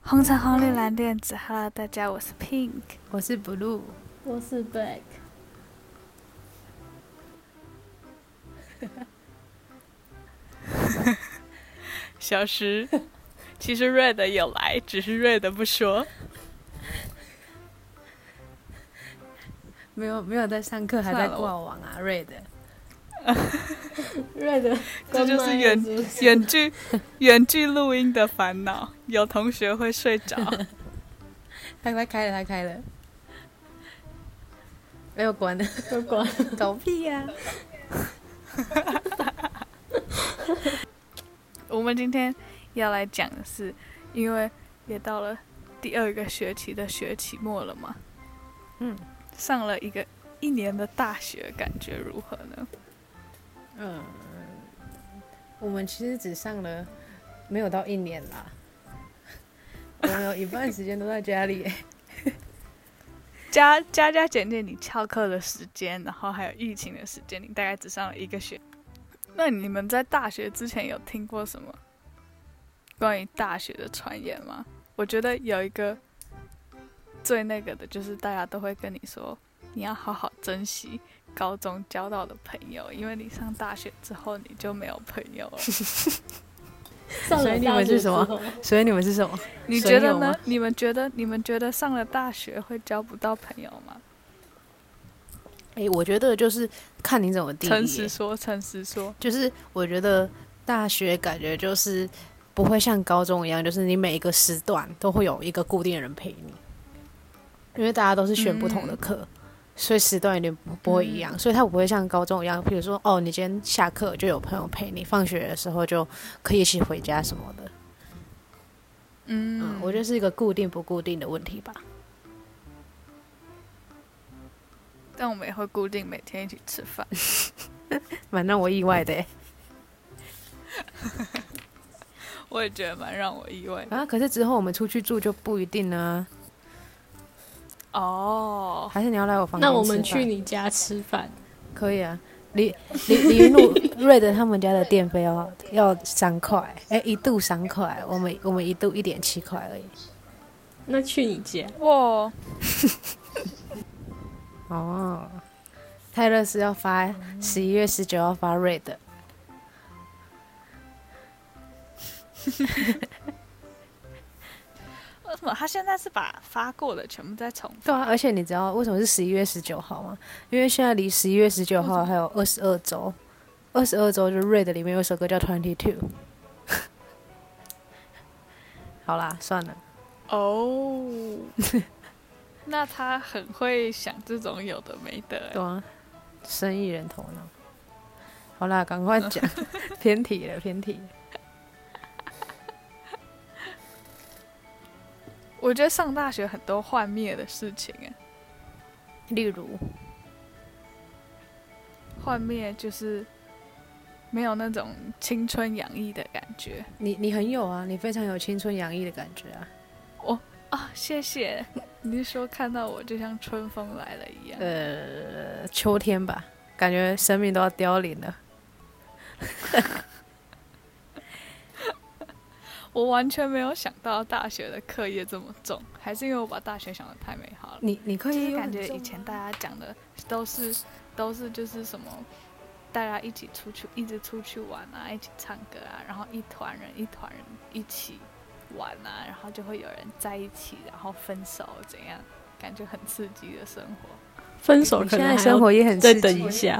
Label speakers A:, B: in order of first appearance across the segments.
A: 红橙黄绿蓝靛紫，Hello，大家，我是 Pink。
B: 我是 Blue，
C: 我是 Black，
D: 消失。 其实 Red 有来，只是 Red 不说。
B: 没有没有在上课，还在
D: 算了我
B: 挂网啊，Red。
C: 瑞的关
D: 这就
C: 麦
D: 是
C: 了
D: 远
C: 是不是
D: 远距 远距录音的烦恼，有同学会睡着。
B: 他快开了，他开了，没有关的，
C: 都关。
B: 狗屁呀、
D: 我们今天要来讲的是，因为也到了第二个学期的学期末了嘛，
B: 嗯，
D: 上了一个一年的大学，感觉如何呢？
B: 嗯，我们其实只上了没有到一年 啦，我们有一半时间都在家里、
D: 加加加减减，你翘课的时间，然后还有疫情的时间，你大概只上了一个学。那你们在大学之前有听过什么关于大学的传言吗？我觉得有一个最那个的，就是大家都会跟你说，你要好好珍惜高中交到的朋友，因为你上大学之后你就没有朋友 了。
C: 上
B: 所以
C: 了
B: 你
C: 大
B: 们
C: 学
B: 是
C: 之
B: 什
C: 后
B: 么，所以你们是什么？
D: 你
B: 损
D: 觉得
B: 友
D: 呢
B: 吗？
D: 你们觉得你们觉得上了大学会交不到朋友吗？
B: 哎、我觉得就是看你怎么定
D: 诚
B: 义
D: 实
B: 耶、
D: 说，诚实说。
B: 就是我觉得大学感觉就是不会像高中一样，就是你每一个时段都会有一个固定的人陪你，因为大家都是选不同的课，所以时段有点不不会一样，所以它不会像高中一样，比如说哦，你今天下课就有朋友陪你，放学的时候就可以一起回家什么的。嗯，我觉得是一个固定不固定的问题吧。
D: 但我们也会固定每天一起吃饭。
B: 蛮让我意外的欸、
D: 我也觉得蛮让我意外的。
B: 啊！可是之后我们出去住就不一定呢、
D: 哦，
B: 还是你要来我房间？
C: 那我们去你家吃饭，
B: 可以啊，李李李云鲁瑞德他们家的电费要要三块，哎、一度三块，我们我们一度一点七块而已。
C: 那去你家，
D: 哇，
B: 哦，泰勒斯要发十一月十九要发瑞德，
D: 为什么他现在是把发过的全部再重
B: 对
D: 复？
B: 啊，而且你知道为什么是十一月十九号吗？因为现在离十一月十九号还有二十二周，二十二周就是瑞德里面有一首歌叫 Twenty Two。好啦，算了，
D: 哦， 那他很会想这种有的没的欸
B: 对。啊，生意人头脑。好啦，赶快 讲，偏题了，偏题了。
D: 我觉得上大学很多幻灭的事情，哎，
B: 例如，
D: 幻灭就是没有那种青春洋溢的感觉。
B: 你你很有啊，你非常有青春洋溢的感觉啊。
D: 啊、谢谢，你是说看到我就像春风来了一样？
B: 呃，秋天吧，感觉生命都要凋零了。
D: 我完全没有想到大学的课业这么重，还是因为我把大学想的太美好了。
B: 你你可
D: 就
B: 以
D: 是感觉以前大家讲的都是都是就是什么，大家一起出去，一直出去玩啊，一起唱歌啊，然后一团人一团人一起玩啊，然后就会有人在一起，然后分手怎样，感觉很刺激的生活。
C: 分手可
B: 现在
C: 能还要
B: 生活也很
C: 再
B: 刺
C: 等一
B: 激。
C: 下。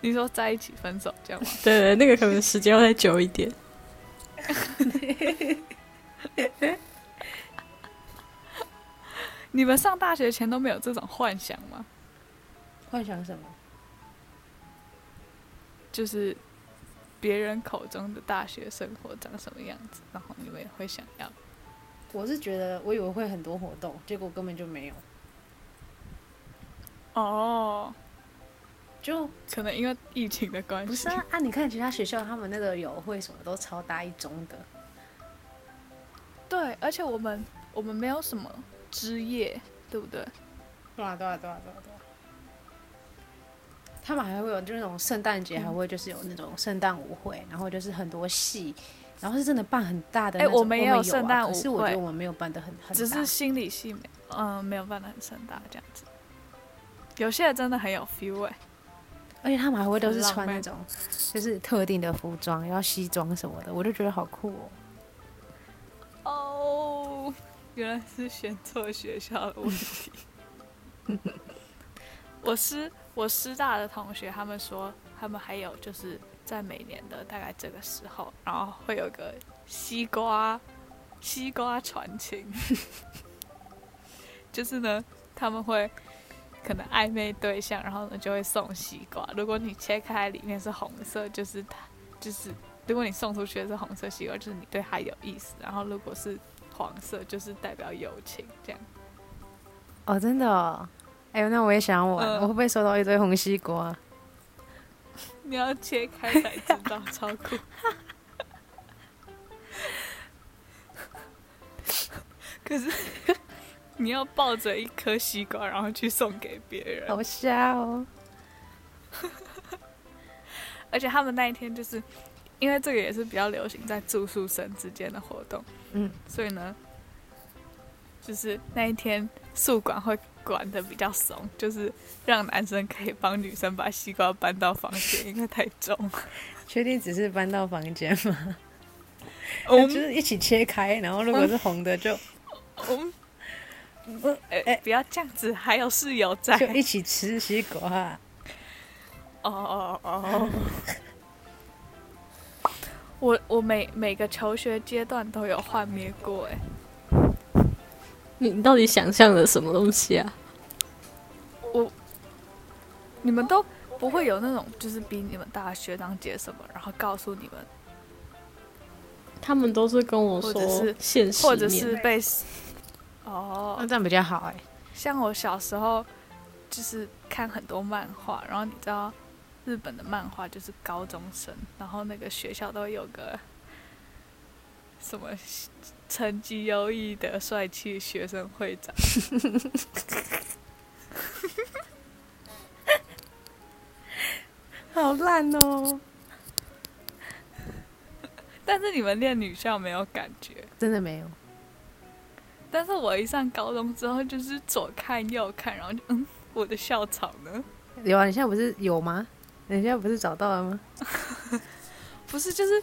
D: 你说在一起分手这样吗？
C: 对对，那个可能时间要再久 一点。
D: 你们上大学前都没有这种幻想吗？
B: 幻想什么？
D: 就是别人口中的大学生活长什么样子，然后你们也会想要。
B: 我是觉得我以为会很多活动，结果根本就没有。
D: 哦，
B: 就
D: 可能因为疫情的关系。
B: 不是 啊啊！你看其他学校他们那个友会什么都超大一中的，
D: 对，而且我们我们没有什么枝叶，对不对？
B: 对啊对啊对啊对啊对啊。嗯他们还会有就是那种圣诞节，还会就是有那种圣诞舞会，然后就是很多戏，然后是真的办很大的
D: 哎
B: 那种，
D: 我们也
B: 有
D: 有圣诞
B: 啊，可
D: 舞
B: 是我觉
D: 会
B: 得我们没有办的很很
D: 只
B: 大
D: 是心理系没，嗯、没有办得很盛大这样子。有些人真的很有 feel 哎、
B: 而且他们还会都是
D: 很浪
B: 穿那
D: 漫
B: 种就是特定的服装，要西装什么的，我就觉得好酷哦。
D: 哦，原来是选错学校的问题。我师我师大的同学，他们说他们还有就是在每年的大概这个时候，然后会有个西瓜西瓜传情，就是呢他们会。可能暧昧对象，然后呢就会送西瓜。如果你切开里面是红色，就是他，就是如果你送出去的是红色西瓜，就是你对他有意思；然后如果是黄色，就是代表友情。这样
B: 哦，真的、哦，哎呦，那我也想玩，
D: 嗯
B: 我会不会收到一堆红西瓜？
D: 你要切开才知道，超酷。可是你要抱着一颗西瓜，然后去送给别人，
B: 好瞎哦！
D: 而且他们那一天就是因为这个也是比较流行在住宿生之间的活动，
B: 嗯，
D: 所以呢，就是那一天宿管会管的比较松，就是让男生可以帮女生把西瓜搬到房间，因为太 重。
B: 确定只是搬到房间吗？
D: 我
B: 就
D: 们
B: 是一起切开，然后如果是红的就
D: 我们
B: 不
D: 嗯哎、
B: 哎
D: 不要这样子，还有室友在。
B: 就一起吃西瓜。
D: 哦哦 哦！我我每每个求学阶段都有幻灭过哎、
C: 你你到底想象了什么东西啊？
D: 你们都不会有那种就是比你们大的学长姐什么，然后告诉你们，
C: 他们都是跟我
D: 或者
C: 说
D: 是
C: 现实面，
D: 或者是被哦
B: 那这样比较好哎、
D: 像我小时候就是看很多漫画，然后你知道日本的漫画就是高中生，然后那个学校都有个什么成绩优异的帅气学生会长。
B: 好烂哦！
D: 但是你们念女校没有感觉，
B: 真的没有，
D: 但是我一上高中之后就是左看右看，然后就嗯，我的校草呢？
B: 有啊！你现在不是有吗？你现在不是找到了吗？
D: 不是，就是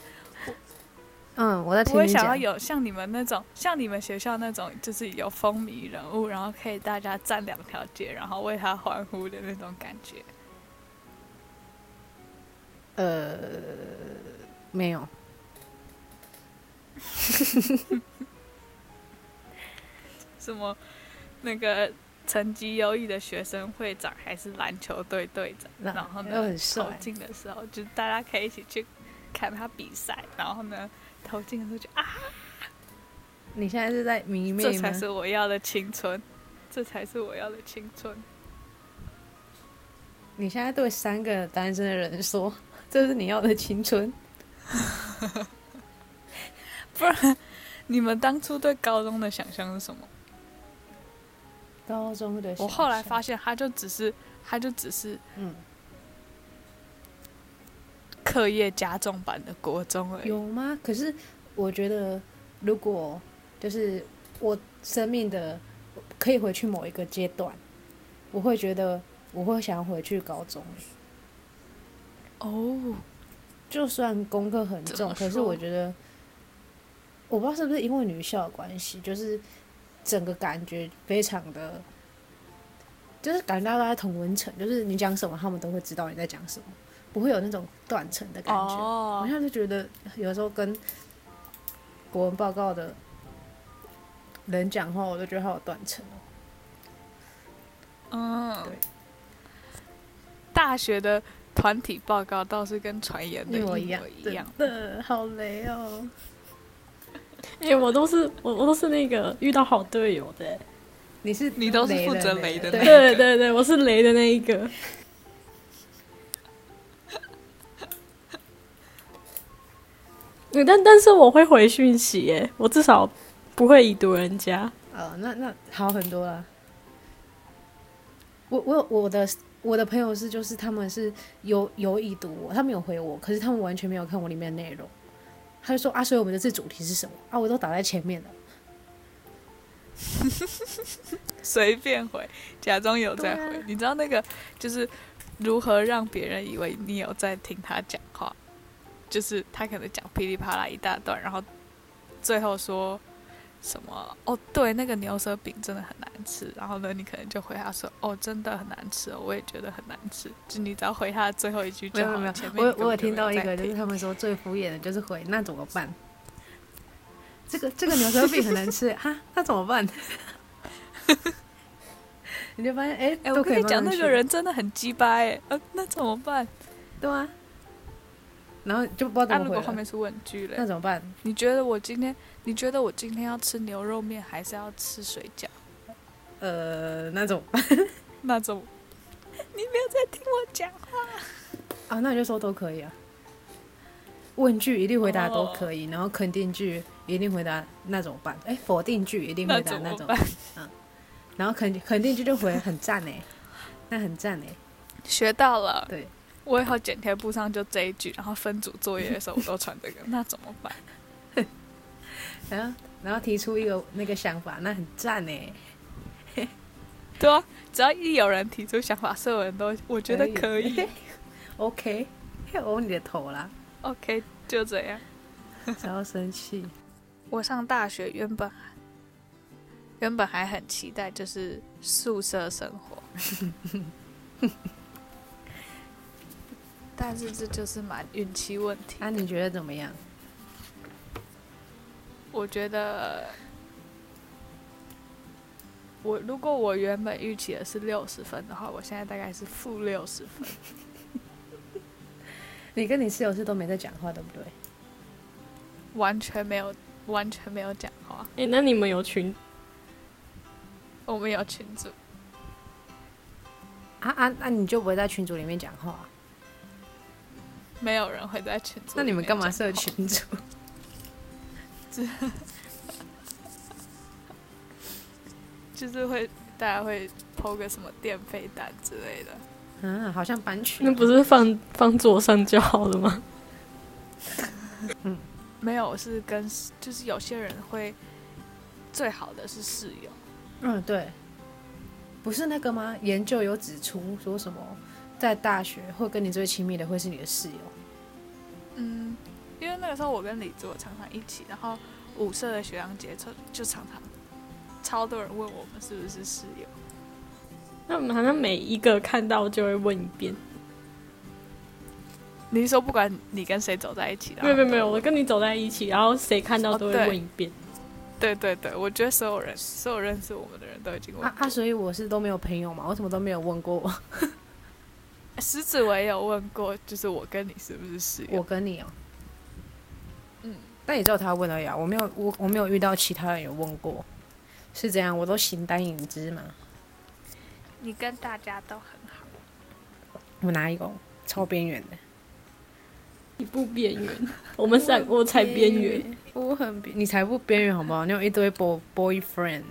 B: 嗯，我在
D: 不
B: 听
D: 会
B: 你
D: 想要
B: 讲。
D: 有像你们那种，像你们学校那种，就是有风靡人物，然后可以大家站两条街，然后为他欢呼的那种感觉。
B: 呃，没有，
D: 什么那个成绩优异的学生会长，还是篮球队队长，
B: 那
D: 然后
B: 又
D: 呢
B: 很
D: 投
B: 帅
D: 进的时候，就大家可以一起去看他比赛，然后呢投进的时候就啊，
B: 你现在是在迷
D: 这
B: 妹吗
D: 才？是我要的青春，这才是我要的青春。
B: 你现在对三个单身的人说，这是你要的青春？
D: 你们当初对高中的想象是什么？
B: 高中的
D: 我后来发现，他就只是，他就只是
B: 嗯，
D: 课业加重版的国中而已。
B: 有吗？可是我觉得，如果就是我生命的可以回去某一个阶段，我会觉得我会想回去高中。
D: 哦，
B: 就算功课很
D: 怎
B: 重，
D: 么
B: 可是
D: 说
B: 我觉得，我不知道是不是因为女校的关系，就是整个感觉非常的，就是感觉大家都在同温层，就是你讲什么，他们都会知道你在讲什么，不会有那种断层的感觉。我
D: 哦
B: 现，在就觉得有时候跟国文报告的人讲话，我都觉得好有断层哦。
D: 嗯
B: 对，
D: 大学的团体报告倒是跟传言的
B: 一模
D: 一
B: 一样，
D: 一样。
B: 真的好雷哦。
C: 哎、我都是我我都是那个遇到好队友的、
B: 你是
D: 你都是负责
B: 雷
D: 雷的
B: 对
D: 那
C: 对
D: 个
C: 对对，我是雷的那一个。嗯 但但是我会回讯息耶，我至少不会已读人家。
B: 呃，那那好很多了。我我有我的我的朋友是就是他们是有有已读我，他们有回我，可是他们完全没有看我里面的内容，他就说啊，所以我们这次主题是什么啊？我都打在前面了。
D: 随便回，假装有在回。
B: 对啊
D: 你知道那个就是如何让别人以为你有在听他讲话，就是他可能讲噼里啪啦一大段，然后最后说什么哦，对，那个牛舌饼真的很难吃。然后呢，你可能就回他说哦，真的很难吃、哦，我也觉得很难吃。就你只要回他的最后一句
B: 没
D: 就
B: 有
D: 好。
B: 没有
D: 前，面
B: 我
D: 你
B: 有
D: 根本
B: 我有
D: 就没
B: 听到一
D: 在
B: 个，就
D: 听
B: 是他们说最敷衍的就是回那怎么办？这个这个牛舌饼很难 吃哈，那怎么办？你就发现哎，
D: 哎、
B: 都
D: 我
B: 可
D: 跟
B: 以
D: 你
B: 慢
D: 讲，
B: 慢
D: 那
B: 学
D: 个人真的很鸡巴哎，呃，那怎么办？
B: 对啊，然后就不知道
D: 那、
B: 怎么
D: 如
B: 回
D: 果后
B: 了，
D: 面是问句嘞
B: 那？怎么办？
D: 你觉得我今天，你觉得我今天要吃牛肉面，还是要吃水饺？
B: 呃，那怎么办
D: 那种， 你没有在听我讲话。
B: 啊？那你就说都可以啊。问句一定回答都可以，然后肯定句一定回答那怎么办？哎，否定句一定回答
D: 那怎么
B: 那怎么办？嗯，然后肯肯定句就回很赞哎，那很赞哎。
D: 学到了，
B: 对，
D: 我以后剪贴簿上就这一句，然后分组作业的时候我都传这个， 那怎么办？
B: 然后然后提出一个那个想法，那很赞哎，
D: 对啊，只要一有人提出想法，所有人都我觉得可以。
B: ，OK，哦你的头啦，
D: OK，就这样。
B: 不要生气。
D: 我上大学原本原本还很期待，就是宿舍生活，但是这就是蛮运气问题的。
B: 那、啊你觉得怎么样？
D: 我觉得，我如果我原本预期的是六十分的话，我现在大概是负六十分。
B: 你跟你室友是都没在讲话，对不对？
D: 完全没有，完全没有讲话。
C: 哎、那你们有群？
D: 我们有群组，
B: 啊啊，那、你就不会在群组里面讲话、啊
D: 没有人会在群组。
B: 那你们干嘛设群
D: 群？
B: 组？
D: 就是会大家会抛个什么电费单之类的。
B: 啊，好像搬群哦、
C: 那不是放放桌上就好了吗？
D: 没有，是跟就是有些人会，最好的是室友。
B: 嗯，对，不是那个吗？研究有指出说什么，在大学会跟你最亲密的会是你的室友。
D: 嗯，因为那个时候我跟李卓常常一起，然后舞社的学长姐就就常常超多人问我们是不是室友，
C: 那我们好像每一个看到就会问一遍。
D: 你是说不管你跟谁走在一起的，
C: 没有没有没
D: 有，
C: 有，我跟你走在一起，然后谁看到都会
D: 哦对
C: 问一遍。
D: 对对对，我觉得所有人所有认识我们的人都已经问
B: 啊啊，所以我是都没有朋友嘛，我什么都没有问过 我，
D: 石哎子我也有问过，就是我跟你是不是室友
B: 我，跟你哦、
D: 嗯，
B: 但也只有他问而已啊，我没有我我没有遇到其他人有问过，是怎样？我都形单影只嘛，
D: 你跟大家都很好，
B: 我哪有超边缘的？
C: 你不边缘，我们三我才边缘。
B: 我很边，你才不边缘好不好？你有一堆 boy boyfriend，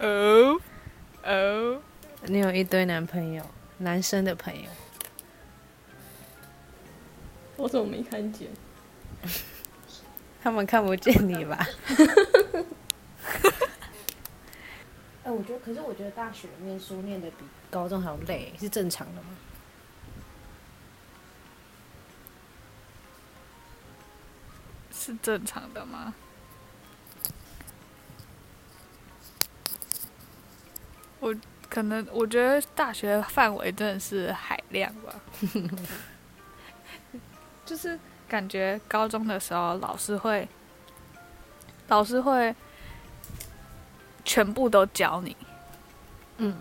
D: 哦哦，
B: 你有一堆男朋友，男生的朋友。
C: 我怎么没看见？
B: 他们看不见你吧？哎、我觉得，可是我觉得大学念书念的比高中还要累，是正常的吗？
D: 是正常的吗？我可能我觉得大学范围真的是海量 吧，就是感觉高中的时候老师会，老师会全部都教你，
B: 嗯，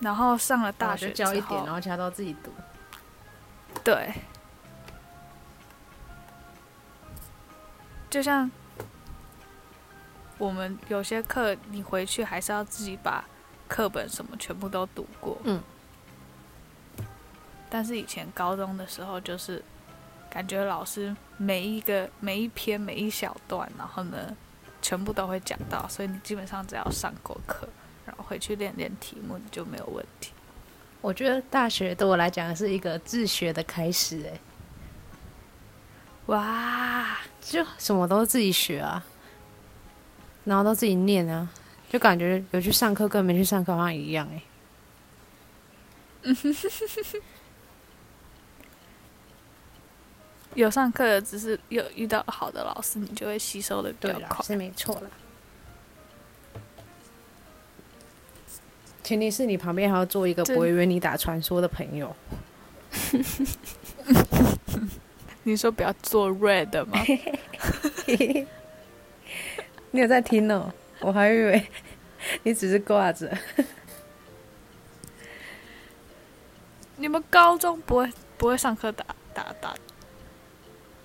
D: 然后上了大
B: 哦就
D: 学
B: 教一
D: 之后
B: 点，然后其他都自己读。
D: 对，就像我们有些课，你回去还是要自己把课本什么全部都读过。
B: 嗯。
D: 但是以前高中的时候，就是感觉老师每一个每一篇每一小段，然后呢，全部都会讲到，所以你基本上只要上过课，然后回去练练题目，你就没有问题。
B: 我觉得大学对我来讲是一个自学的开始、哎，哇，就什么都是自己学啊，然后都自己念啊，就感觉有去上课跟没去上课好像一样哎、
D: 有上课的，只是有遇到好的老师，你就会吸收的比较快。
B: 是没错啦。前提是你旁边还要做一个
D: 这
B: 不会约你打传说的朋友，
D: 你说不要做 red 的吗？
B: 你有在听哦？我还以为你只是挂着。
D: 你们高中不会不会上课打打打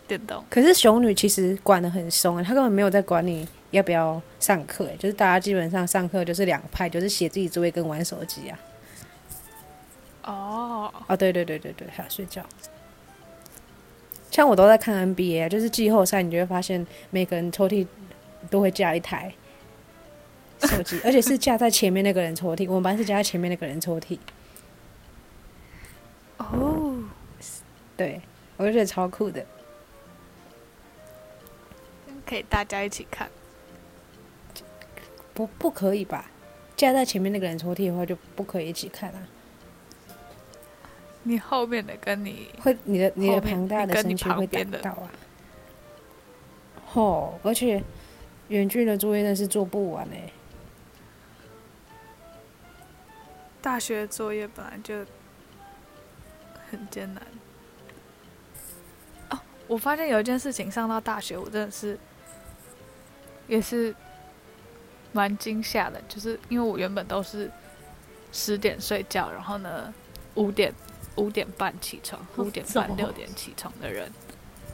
D: 电动？
B: 可是熊女其实管得很松，欸她根本没有在管你要不要上课，欸就是大家基本上上课就是两派，就是写自己作业跟玩手机啊。
D: 哦，
B: 哦，对对对对对，还有睡觉。像我都在看 NBA，啊就是季后赛，你就会发现每个人抽屉都会架一台手机，而且是架在前面那个人抽屉。我们班是架在前面那个人抽屉，
D: 哦，
B: 对我就觉得超酷的。
D: 可以大家一起看。
B: 不，不可以吧？架在前面那个人抽屉的话，就不可以一起看啊。
D: 你后面的跟你
B: 会你的你的
D: 后面
B: 庞大
D: 你
B: 的
D: 跟
B: 身
D: 你
B: 躯会挡
D: 旁边的
B: 到啊。吼、而且远距的作业真的是做不完哎、
D: 大学作业本来就很艰难。哦，我发现有一件事情，上到大学我真的是也是蛮惊吓的，就是因为我原本都是十点睡觉，然后呢五点五点半起床，五点
C: 早
D: 半六点起床的人。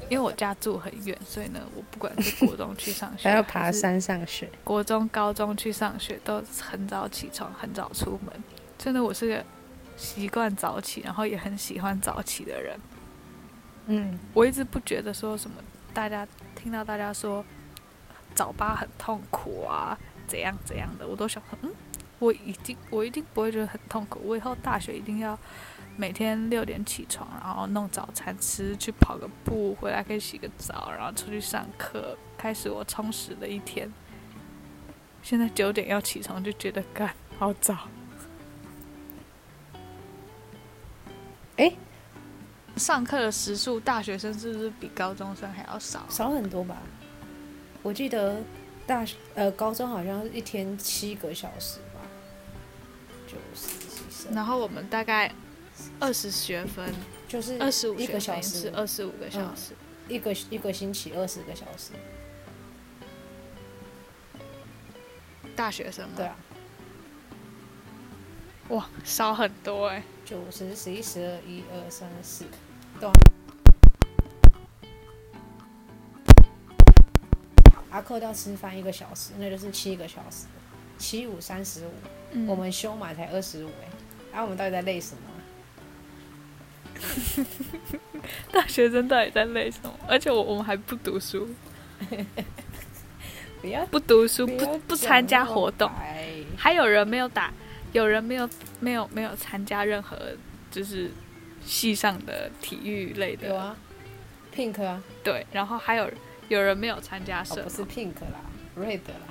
D: 因为我家住很远，所以呢，我不管是国中去上学，
B: 还要
D: 还
B: 爬
D: 是
B: 山上学，
D: 国中、高中去上学都很早起床，很早出门。真的，我是个习惯早起，然后也很喜欢早起的人。
B: 嗯，
D: 我一直不觉得说什么，大家听到大家说早八很痛苦啊，怎样怎样的，我都想说，嗯，我已经我一定不会觉得很痛苦。我以后大学一定要每天六点起床，然后弄早餐吃，去跑个步，回来可以洗个澡，然后出去上课，开始我充实的一天。现在九点要起床就觉得干好早，
B: 诶
D: 上课的时数，大学生是不是比高中生还要少啊？
B: 少很多吧？我记得大学呃高中好像是一天七个小时吧，就是
D: 然后我们大概二十学分，
B: 就是
D: 二十五
B: 一
D: 学
B: 个
D: 分
B: 小
D: 是
B: 时，
D: 二十五个小时。
B: 一个一个星期二十个小时，
D: 大学生嘛，
B: 嗯对啊，
D: 哇，少很多哎、
B: 九十十一十二一二三四，对啊。阿扣掉吃饭一个小时，那就是七个小时，七五三十五，
D: 嗯
B: 我们休满才二十五哎，啊，我们到底在累什么啊？
D: 大学生到底在累什么？而且我我们还不读书，
B: 不要
D: 不读书，
B: 要
D: 不不
B: 讲
D: 参加
B: 那么
D: 活动，
B: 白
D: 还有人没有打，有人没有没有没有参加任何就是系上的体育类的，
B: 有啊，pink 啊，
D: 对，然后还有有人没有参加
B: 哦
D: 社
B: 不
D: 团，
B: 是 pink 啦，red 啦，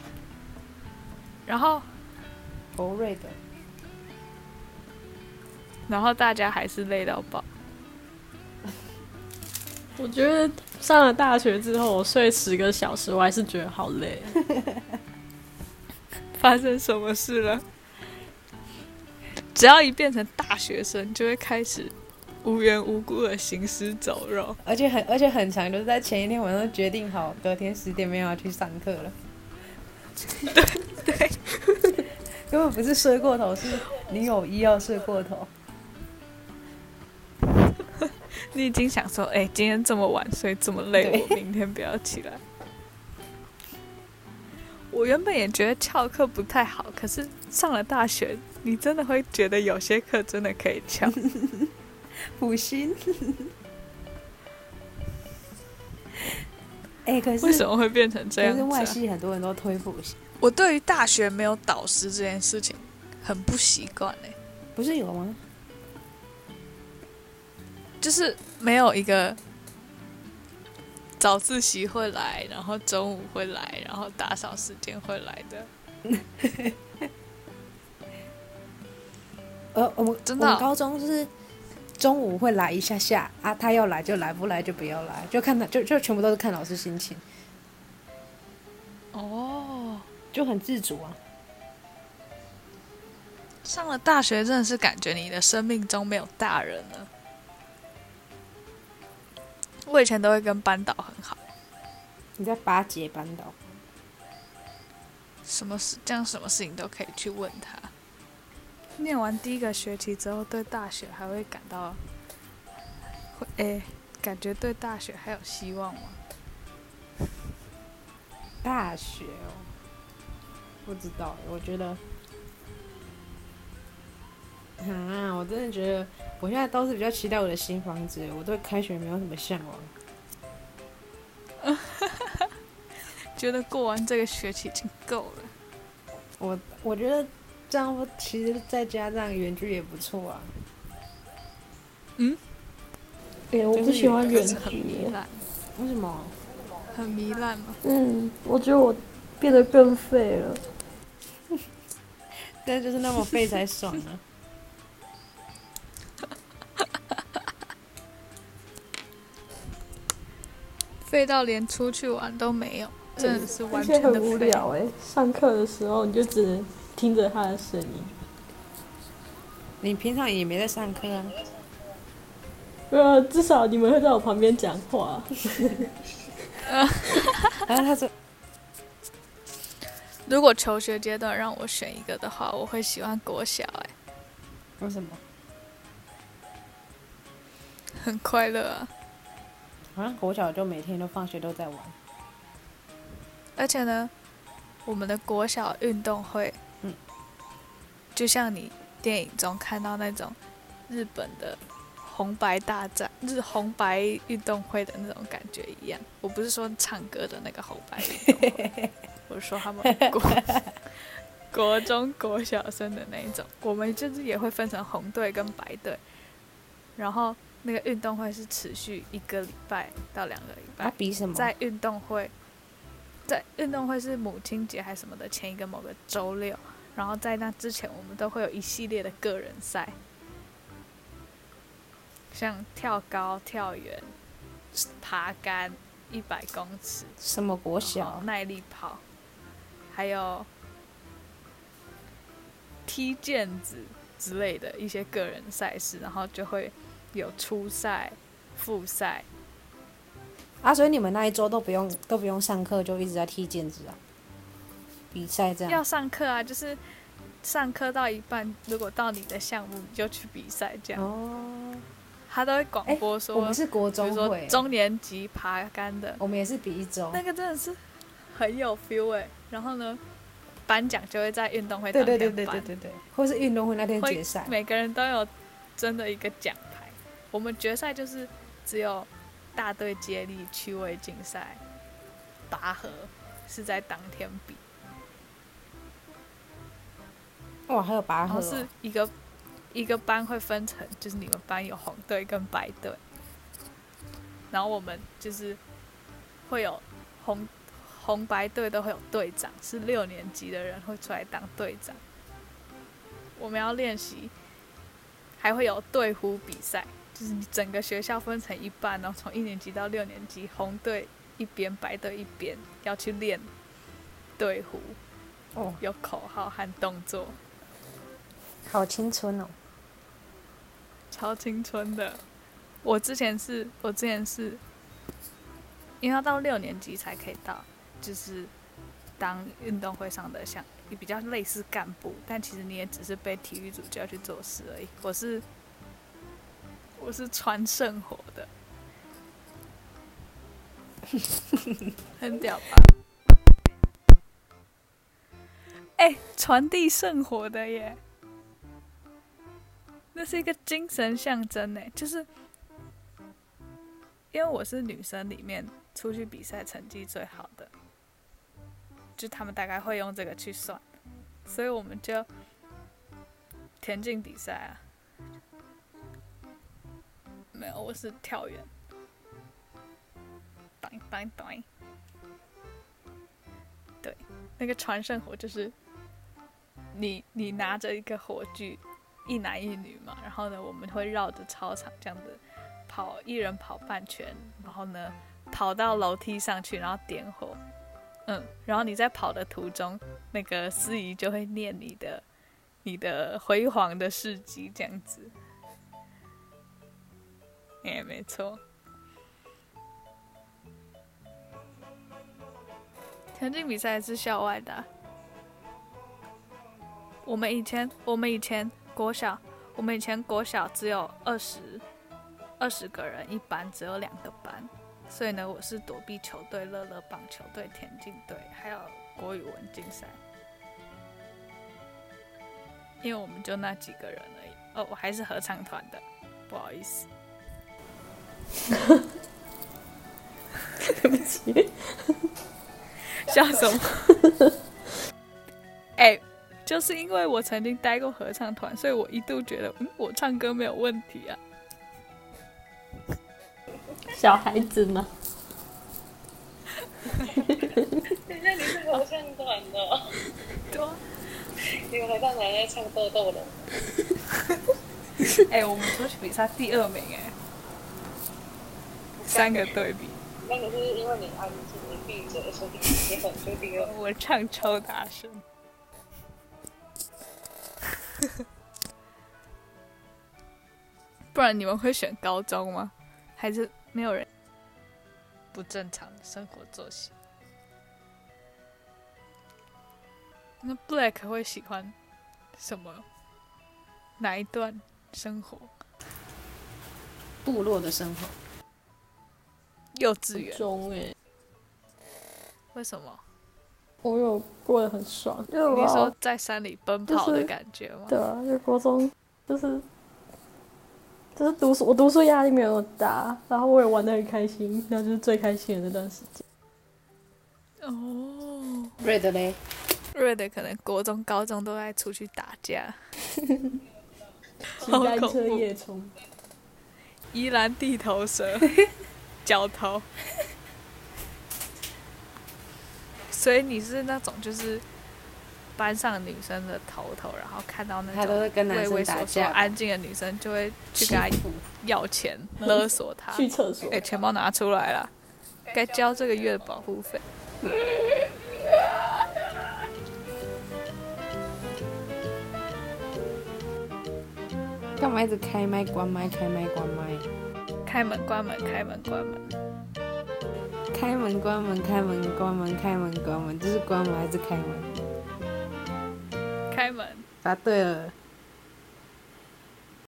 D: 然后
B: 博瑞的，
D: 然后大家还是累到爆。
C: 我觉得上了大学之后，我睡十个小时，我还是觉得好累。
D: 发生什么事了。只要一变成大学生，就会开始无缘无故的行尸走肉。
B: 而且很而且很长，就是在前一天晚上决定好，隔天十点没有要去上课 了。对对， 根本不是睡过头，是你有医要睡过头。
D: 你已经想说，哎、今天这么晚睡，这么累，我明天不要起来。我原本也觉得翘课不太好，可是上了大学，你真的会觉得有些课真的可以翘。
B: 补心。 哎、可是
D: 为什么会变成这
B: 可
D: 样
B: 是
D: 子啊、
B: 外系很多人都推补习，
D: 我对于大学没有导师这件事情很不习惯哎。
B: 不是有吗？
D: 就是没有一个早自习会来，然后中午会来，然后打扫时间会来的。
B: 呃，我们
D: 真的
B: 我
D: 哦
B: 们高中就是中午会来一下下啊，他要来就来，不来就不要来，就看他就就全部都是看老师心情，
D: 哦，
B: 就很自主啊。
D: 上了大学真的是感觉你的生命中没有大人了。我以前都会跟班导很好，
B: 你在巴结班导，
D: 什么事这样什么事情都可以去问他。念完第一个学期之后，对大学还会感到，会诶，感觉对大学还有希望吗？
B: 大学哦，不知道欸，我觉得啊，我真的觉得我现在都是比较期待我的新房子，我对开学没有什么向往。
D: 觉得过完这个学期已经够了。
B: 我我觉得这样我其实在家这样远距也不错啊。
C: 哎、我不喜欢远
D: 就是很
C: 距
D: 糜
C: 耶。
D: 烂，
B: 为什么？
D: 很糜烂吗？
C: 嗯，我觉得我变得更废了。
B: 但就是那么废才爽啊！
D: 废到连出去玩都没有，真的是完
C: 而且
D: 全的
C: 很无
D: 废。
C: 聊哎、上课的时候你就只能听着他的声音。
B: 你平常也没在上课 啊？
C: 呃，至少你们会在我旁边讲话。
B: 然后啊他说
D: 如果求学阶段让我选一个的话，我会喜欢国小、欸，
B: 为什么
D: 很快乐啊！
B: 好像国小就每天都放学都在玩？
D: 而且呢，我们的国小运动会，
B: 嗯，
D: 就像你电影中看到那种日本的红白大战、日红白运动会的那种感觉一样。我不是说唱歌的那个红白运动会，我是说他们国国中国小生的那一种。我们就是也会分成红队跟白队，然后那个运动会是持续一个礼拜到两个礼拜
B: 啊，，比什么？
D: 在运动会，在运动会是母亲节还是什么的前一个某个周六，然后在那之前，我们都会有一系列的个人赛，像跳高、跳远、爬杆、一百公尺、
B: 什么国
D: 然后
B: 小？
D: 耐力跑，还有踢毽子之类的一些个人赛事，然后就会有初赛、复赛，
B: 啊，所以你们那一周都不用都不用上课，就一直在踢毽子啊，比赛这
D: 要
B: 样。
D: 上课啊，就是上课到一半，如果到你的项目，你就去比赛这样。
B: 哦，哎
D: 他都会广播说，
B: 我们是国
D: 比
B: 中
D: 如
B: 会哦
D: 说，中年级爬杆的，
B: 我们也是比一周
D: 那。个真的是很有 feel 哎、然后呢，颁奖就会在运动会
B: 对
D: 当
B: 对
D: 天
B: 对对对
D: 颁
B: 对对，或是运动会那天
D: 会
B: 决赛。
D: 每个人都有真的一个奖牌。我们决赛就是只有大队接力、趣味竞赛、拔河是在当天比，
B: 哇，还有拔
D: 然
B: 河
D: 后
B: 哦。
D: 是一个一个班会分成，就是你们班有红队跟白队，然后我们就是会有红红白队都会有队长，是六年级的人会出来当队长。我们要练习，还会有队呼比赛，就是你整个学校分成一半，然后从一年级到六年级，红队一边，白队一边，要去练队呼，
B: 哦，
D: 有口号和动作。
B: 好青春哦。
D: 超青春的。我之前是，我之前是，因为要到六年级才可以到，就是当运动会上的像也比较类似干部，但其实你也只是被体育组叫去做事而已。我是我是传圣火的，很屌吧？哎、传递圣火的耶！那是一个精神象征呢，就是因为我是女生里面出去比赛成绩最好的，就他们大概会用这个去算，所以我们就田径比赛啊，没有，我是跳远，咚咚咚。对，那个传圣火就是你你拿着一个火炬，一男一女嘛，然后呢，我们会绕着操场这样子跑，一人跑半圈，然后呢跑到楼梯上去，然后点火。嗯，然后你在跑的途中，那个司仪就会念你的你的辉煌的事迹这样子。哎，没错。田径比赛是校外的啊、我们以前我们以前国小，我们以前国小只有二十二十个人一班，只有两个班，所以呢，我是躲避球队、乐乐棒球队、田径队，还有国语文竞赛。因为我们就那几个人而已。哦，我还是合唱团的，不好意思。
C: 对不起，
D: 笑什么？ 哎、就是因为我曾经待过合唱团，所以我一度觉得，嗯，我唱歌没有问题啊。
C: 小孩子嘛，
E: 等一下，你是合唱团的哦，
D: 对啊，
E: 你们合唱团在唱《豆豆龙》，
D: 哎、我们出去比赛第二名、哎，三个对比，
E: 那个是因为你安静，你闭嘴，所以你很出第二。
D: 我唱超大声。 不然你们会选高中吗？还是没有人？不正常的生活作息。那 Black 会喜欢什么？哪一段生活？
B: 部落的生活，
D: 幼稚园？
C: 中哎，
D: 为什么？
C: 我有过得很爽，因为
D: 你
C: 我
D: 是说在山里奔跑
C: 就
D: 的
C: 是
D: 感觉吗？
C: 对啊，就国中就是就是读书，我读书压力没有那么大，然后我也玩的很开心，那就是最开心的那段时间。
D: 哦，
B: 瑞德嘞，
D: 瑞的可能国中、高中都在出去打架。
C: 骑
D: 好
C: 单
D: 恐
C: 车
D: 怖
C: 夜冲，
D: 宜兰地头 蛇，角头。所以你是那种就是班上女生的头头，然后看到那
B: 他都
D: 种
B: 会跟男
D: 畏
B: 生
D: 畏
B: 打
D: 缩缩、
B: 架，
D: 安静的女生，就会去
B: 欺
D: 给她
B: 负
D: 要钱，勒索她。
C: 去厕所
D: 哎、，钱包拿出来了，该交这个月的保护费。
B: 干嘛一直开麦关麦开麦关麦，
D: 开门关门，开门关门，
B: 开门关门开门关门开门关门，这是关门还是开门？
D: 开门。
B: 答对了，